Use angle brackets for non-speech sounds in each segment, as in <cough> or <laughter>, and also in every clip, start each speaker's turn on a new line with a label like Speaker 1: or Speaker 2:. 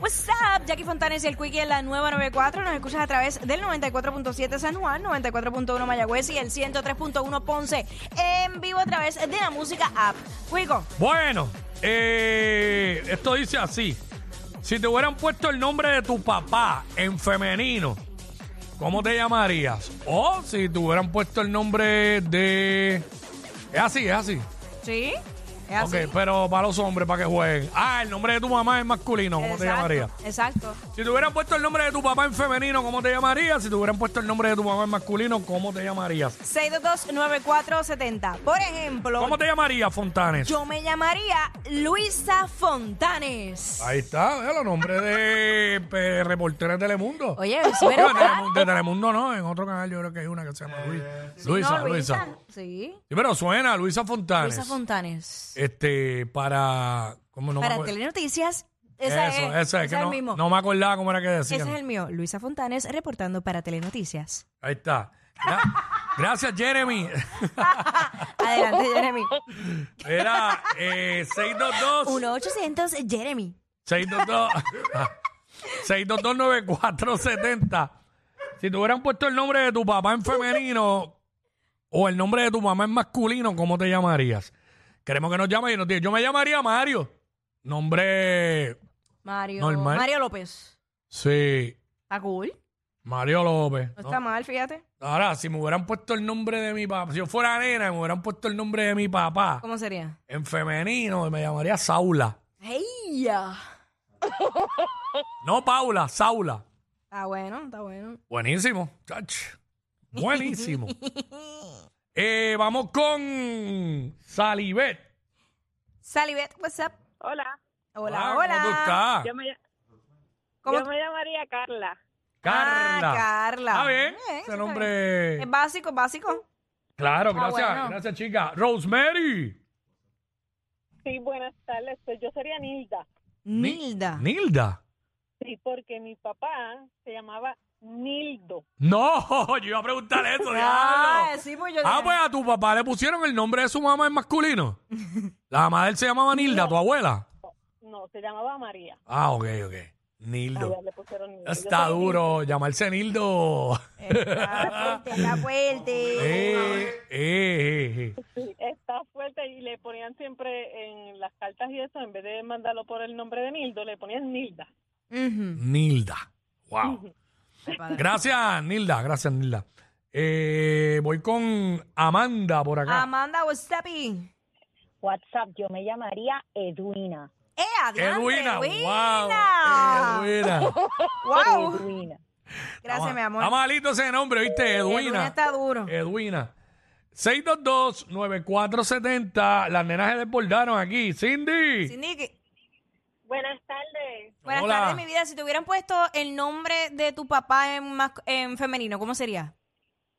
Speaker 1: What's up, Jackie Fontanes y el Quickie en la nueva 94. Nos escuchas a través del 94.7 San Juan, 94.1 Mayagüez y el 103.1 Ponce. En vivo a través de la música app. Quico,
Speaker 2: Bueno, eh, esto dice así. Si te hubieran puesto el nombre de tu papá en femenino, ¿cómo te llamarías? O si te hubieran puesto el nombre de... Es así, es así.
Speaker 1: ¿sí? Es así.
Speaker 2: Ok, pero para los hombres, para que jueguen. Ah, el nombre de tu mamá es masculino, ¿cómo te
Speaker 1: Exacto,
Speaker 2: llamarías?
Speaker 1: Exacto.
Speaker 2: Si te hubieran puesto el nombre de tu papá en femenino, ¿cómo te llamarías? Si te hubieran puesto el nombre de tu mamá en masculino, ¿cómo te llamarías?
Speaker 1: 6229470. Por ejemplo,
Speaker 2: ¿Cómo te llamarías, Fontanes?
Speaker 1: yo me llamaría Luisa Fontanes.
Speaker 2: Ahí está, vea los nombres de pe- reporteras de Telemundo. <laughs>
Speaker 1: Oye, es
Speaker 2: Bueno, de,
Speaker 1: verdad.
Speaker 2: Telemundo, de Telemundo no, en otro canal yo creo que hay una que se llama Luis- Luisa.
Speaker 1: No,
Speaker 2: Luisa.
Speaker 1: Sí.
Speaker 2: Sí, pero suena Luisa Fontanes.
Speaker 1: Luisa Fontanes.
Speaker 2: Este, para. ¿Cómo no me
Speaker 1: Para
Speaker 2: acuerdo?
Speaker 1: Telenoticias, esa
Speaker 2: Eso,
Speaker 1: es,
Speaker 2: ese,
Speaker 1: ese
Speaker 2: que
Speaker 1: es el
Speaker 2: no,
Speaker 1: mismo.
Speaker 2: no me acordaba cómo era que
Speaker 1: Ese
Speaker 2: decían.
Speaker 1: es el mío, Luisa Fontanes reportando para Telenoticias.
Speaker 2: Ahí está. Gra- <laughs> Gracias, Jeremy. <laughs>
Speaker 1: Adelante, <laughs> Jeremy.
Speaker 2: Era
Speaker 1: <laughs>
Speaker 2: eh, 622.
Speaker 1: 1-800 Jeremy.
Speaker 2: 622 6229470. Si te hubieran puesto el nombre de tu papá en femenino o el nombre de tu mamá en masculino, ¿cómo te llamarías? Queremos que nos llames y nos digas. Yo me llamaría Mario. Nombre.
Speaker 1: Mario.
Speaker 2: Normal.
Speaker 1: Mario López.
Speaker 2: Sí,
Speaker 1: Está cool.
Speaker 2: Mario López.
Speaker 1: No
Speaker 2: ¿no?
Speaker 1: está mal, fíjate.
Speaker 2: Ahora, si me hubieran puesto el nombre de mi papá, si yo fuera nena y me hubieran puesto el nombre de mi papá
Speaker 1: ¿Cómo sería?
Speaker 2: en femenino, me llamaría Saula.
Speaker 1: ¡Hey! ya.
Speaker 2: No Paula, Saula.
Speaker 1: Está bueno, está bueno.
Speaker 2: Buenísimo, chach.
Speaker 1: <laughs>
Speaker 2: Buenísimo. Eh, vamos con Salibet.
Speaker 1: Salibet, what's up?
Speaker 3: Hola,
Speaker 1: Hola,
Speaker 2: Ah,
Speaker 1: hola.
Speaker 2: ¿Cómo tú estás?
Speaker 3: yo me,
Speaker 1: ¿Cómo
Speaker 3: yo me llamaría Carla.
Speaker 1: Ah,
Speaker 2: Carla.
Speaker 1: Carla.
Speaker 2: Está bien.
Speaker 1: Bien,
Speaker 2: Ese
Speaker 1: está
Speaker 2: nombre.
Speaker 1: Es básico, es básico.
Speaker 2: Claro, gracias.
Speaker 1: bueno.
Speaker 2: Gracias, chica. Rosemary.
Speaker 3: Sí, buenas tardes. Pues yo sería Nilda.
Speaker 2: Ni-
Speaker 1: Nilda.
Speaker 2: Nilda.
Speaker 3: Sí, porque mi papá se llamaba Nildo.
Speaker 2: No, <laughs> yo iba a preguntar eso.
Speaker 1: Ah,
Speaker 2: diablo.
Speaker 1: sí, pues yo
Speaker 2: Ah, pues a tu papá le pusieron el nombre de su mamá en
Speaker 1: <laughs>
Speaker 2: masculino. La mamá de él se llamaba Nilda, tu abuela.
Speaker 3: No, se llamaba María.
Speaker 2: Ah, ok, ok.
Speaker 3: A
Speaker 2: Nildo.
Speaker 3: ella le pusieron Nildo. Yo
Speaker 2: Está
Speaker 3: soy
Speaker 2: duro llamarse Nildo.
Speaker 1: Está fuerte, está
Speaker 2: <laughs>
Speaker 1: fuerte.
Speaker 2: Eh, eh, eh, eh.
Speaker 3: Nilda. Está fuerte y le ponían siempre en las cartas y eso, en vez de mandarlo por el nombre de Nildo, le ponían Nilda.
Speaker 1: Ujú.
Speaker 2: Nilda. Wow. Gracias, Nilda. Gracias, Nilda. Eh, voy con Amanda por acá.
Speaker 1: Amanda, what's up? y-
Speaker 4: WhatsApp, yo me llamaría Edwina.
Speaker 1: ¡Eh, adiante,
Speaker 2: Edwina.
Speaker 1: Edwina.
Speaker 2: Wow. Edwina.
Speaker 1: Wow.
Speaker 4: Edwina.
Speaker 1: Gracias, mi amor.
Speaker 2: Está malito ese nombre, ¿viste?
Speaker 1: Edwina
Speaker 2: Edwina.
Speaker 1: está duro.
Speaker 2: Edwina. 622-9470. Las nenas se desbordaron aquí. Cindy.
Speaker 1: Cindy, que-
Speaker 3: Buenas tardes.
Speaker 1: buenas
Speaker 2: Hola.
Speaker 1: tardes, mi vida. Si te hubieran puesto el nombre de tu papá en, mas- en femenino, ¿cómo
Speaker 2: <laughs>
Speaker 1: sería?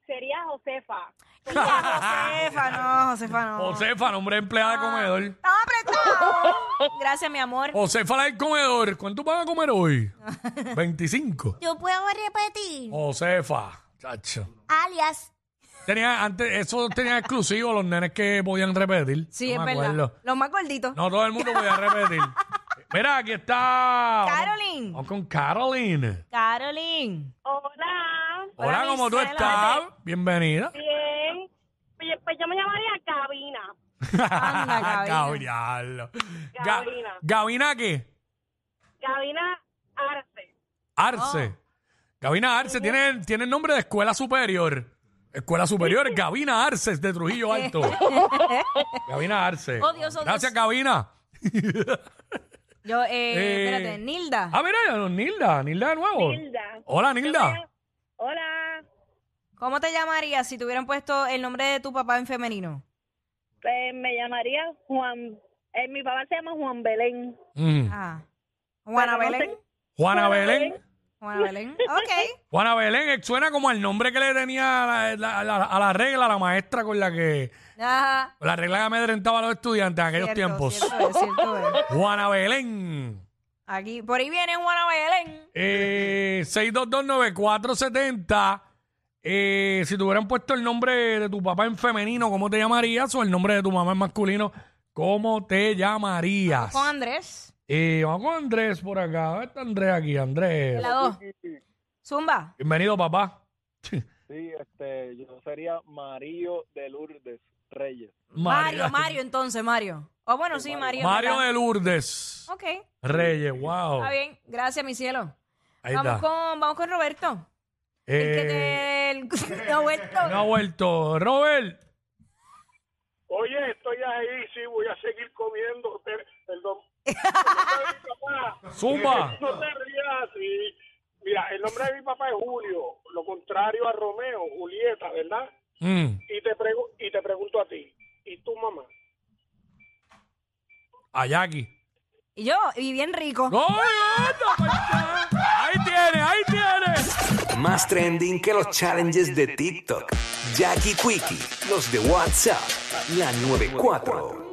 Speaker 3: Sería Josefa.
Speaker 1: Mira, Josefa, no, Josefa, no.
Speaker 2: Josefa, nombre de empleada de
Speaker 1: Ah.
Speaker 2: comedor.
Speaker 1: ¡Estaba apretado! Gracias, mi amor.
Speaker 2: Josefa, la del comedor. ¿Cuánto van a comer
Speaker 1: <laughs>
Speaker 2: hoy? 25.
Speaker 5: Yo puedo repetir.
Speaker 2: Josefa. Chacho.
Speaker 5: Alias.
Speaker 2: Tenía, antes, eso tenía exclusivo los nenes que podían repetir.
Speaker 1: Sí,
Speaker 2: No
Speaker 1: es
Speaker 2: me
Speaker 1: verdad.
Speaker 2: acuerdo.
Speaker 1: Los más gorditos.
Speaker 2: No todo el mundo podía repetir. Mira, aquí está.
Speaker 1: Caroline.
Speaker 2: Vamos con Caroline.
Speaker 1: Caroline.
Speaker 3: Hola.
Speaker 1: Hola,
Speaker 2: Hola, ¿cómo tú
Speaker 1: Gisela.
Speaker 2: estás? Bienvenida.
Speaker 3: Bien. Pues yo me llamaría Cabina.
Speaker 2: <laughs>
Speaker 1: Anda, Gabina.
Speaker 2: Gabriel.
Speaker 3: Gabina.
Speaker 2: Gabina, ¿qué?
Speaker 3: Cabina Arce.
Speaker 2: Arce.
Speaker 1: Oh.
Speaker 2: Gabina Arce tiene, tiene el nombre de escuela superior. Escuela superior, Gabina Arce de Trujillo
Speaker 1: <laughs>
Speaker 2: Alto. Gabina Arce.
Speaker 1: Oh, Dios, oh, Dios.
Speaker 2: Gracias, Gabina.
Speaker 1: Yo, eh,
Speaker 2: Eh,
Speaker 1: espérate, Nilda.
Speaker 2: Ah, mira, Nilda, Nilda de nuevo.
Speaker 3: Nilda.
Speaker 2: Hola, Nilda.
Speaker 3: Hola.
Speaker 1: ¿Cómo te llamarías si te hubieran puesto el nombre de tu papá en femenino?
Speaker 3: Eh, me llamaría Juan. eh, mi papá se llama Juan Belén.
Speaker 2: Mm.
Speaker 1: Ah. Juana
Speaker 3: Pero no
Speaker 1: Belén.
Speaker 2: Juana Belén.
Speaker 1: Juana Belén. Ok.
Speaker 2: Juana Belén eh, suena como el nombre que le tenía a la, la- la- a la regla, a la maestra con la que.
Speaker 1: Ajá.
Speaker 2: La regla que amedrentaba a los estudiantes en aquellos
Speaker 1: Cierto,
Speaker 2: tiempos.
Speaker 1: cierto es, cierto es.
Speaker 2: Juana Belén.
Speaker 1: Aquí, por ahí viene Juana Belén.
Speaker 2: Eh, 6229470. Eh, si te hubieran puesto el nombre de tu papá en femenino, ¿cómo te llamarías? O el nombre de tu mamá en masculino, ¿cómo te llamarías?
Speaker 1: Con Andrés.
Speaker 2: Y vamos con Andrés por acá. ¿Dónde está Andrés aquí? Andrés.
Speaker 1: La dos. Zumba.
Speaker 2: Bienvenido, papá.
Speaker 6: Sí, este, yo sería Mario de Lourdes Reyes.
Speaker 1: Mario, Mario, entonces, Mario. O bueno, sí, Mario.
Speaker 2: <laughs> Mario
Speaker 1: ¿verdad?
Speaker 2: de Lourdes.
Speaker 1: Ok,
Speaker 2: Reyes, wow.
Speaker 1: está bien. Gracias, mi cielo.
Speaker 2: Ahí
Speaker 1: vamos,
Speaker 2: está.
Speaker 1: Con, vamos con Roberto. El que
Speaker 2: Eh,
Speaker 1: te... el- <laughs> Roberto.
Speaker 2: No ha vuelto. Robert.
Speaker 7: Oye, estoy ahí, sí, voy a seguir comiendo. per- Perdón.
Speaker 2: Zumba.
Speaker 7: No te rías así. Mira, el nombre de mi papá es Julio, lo contrario a Romeo, Julieta, ¿verdad?
Speaker 2: Mm,
Speaker 7: Y te, pregu- y te pregunto a ti, ¿y tu mamá?
Speaker 1: <laughs>
Speaker 2: a Jackie.
Speaker 1: Y yo, y bien rico.
Speaker 2: ¡No, anda, pa' allá! Ahí tiene, ahí tiene.
Speaker 8: Más trending que los challenges de TikTok. Jackie Quickie, los de WhatsApp, la 94.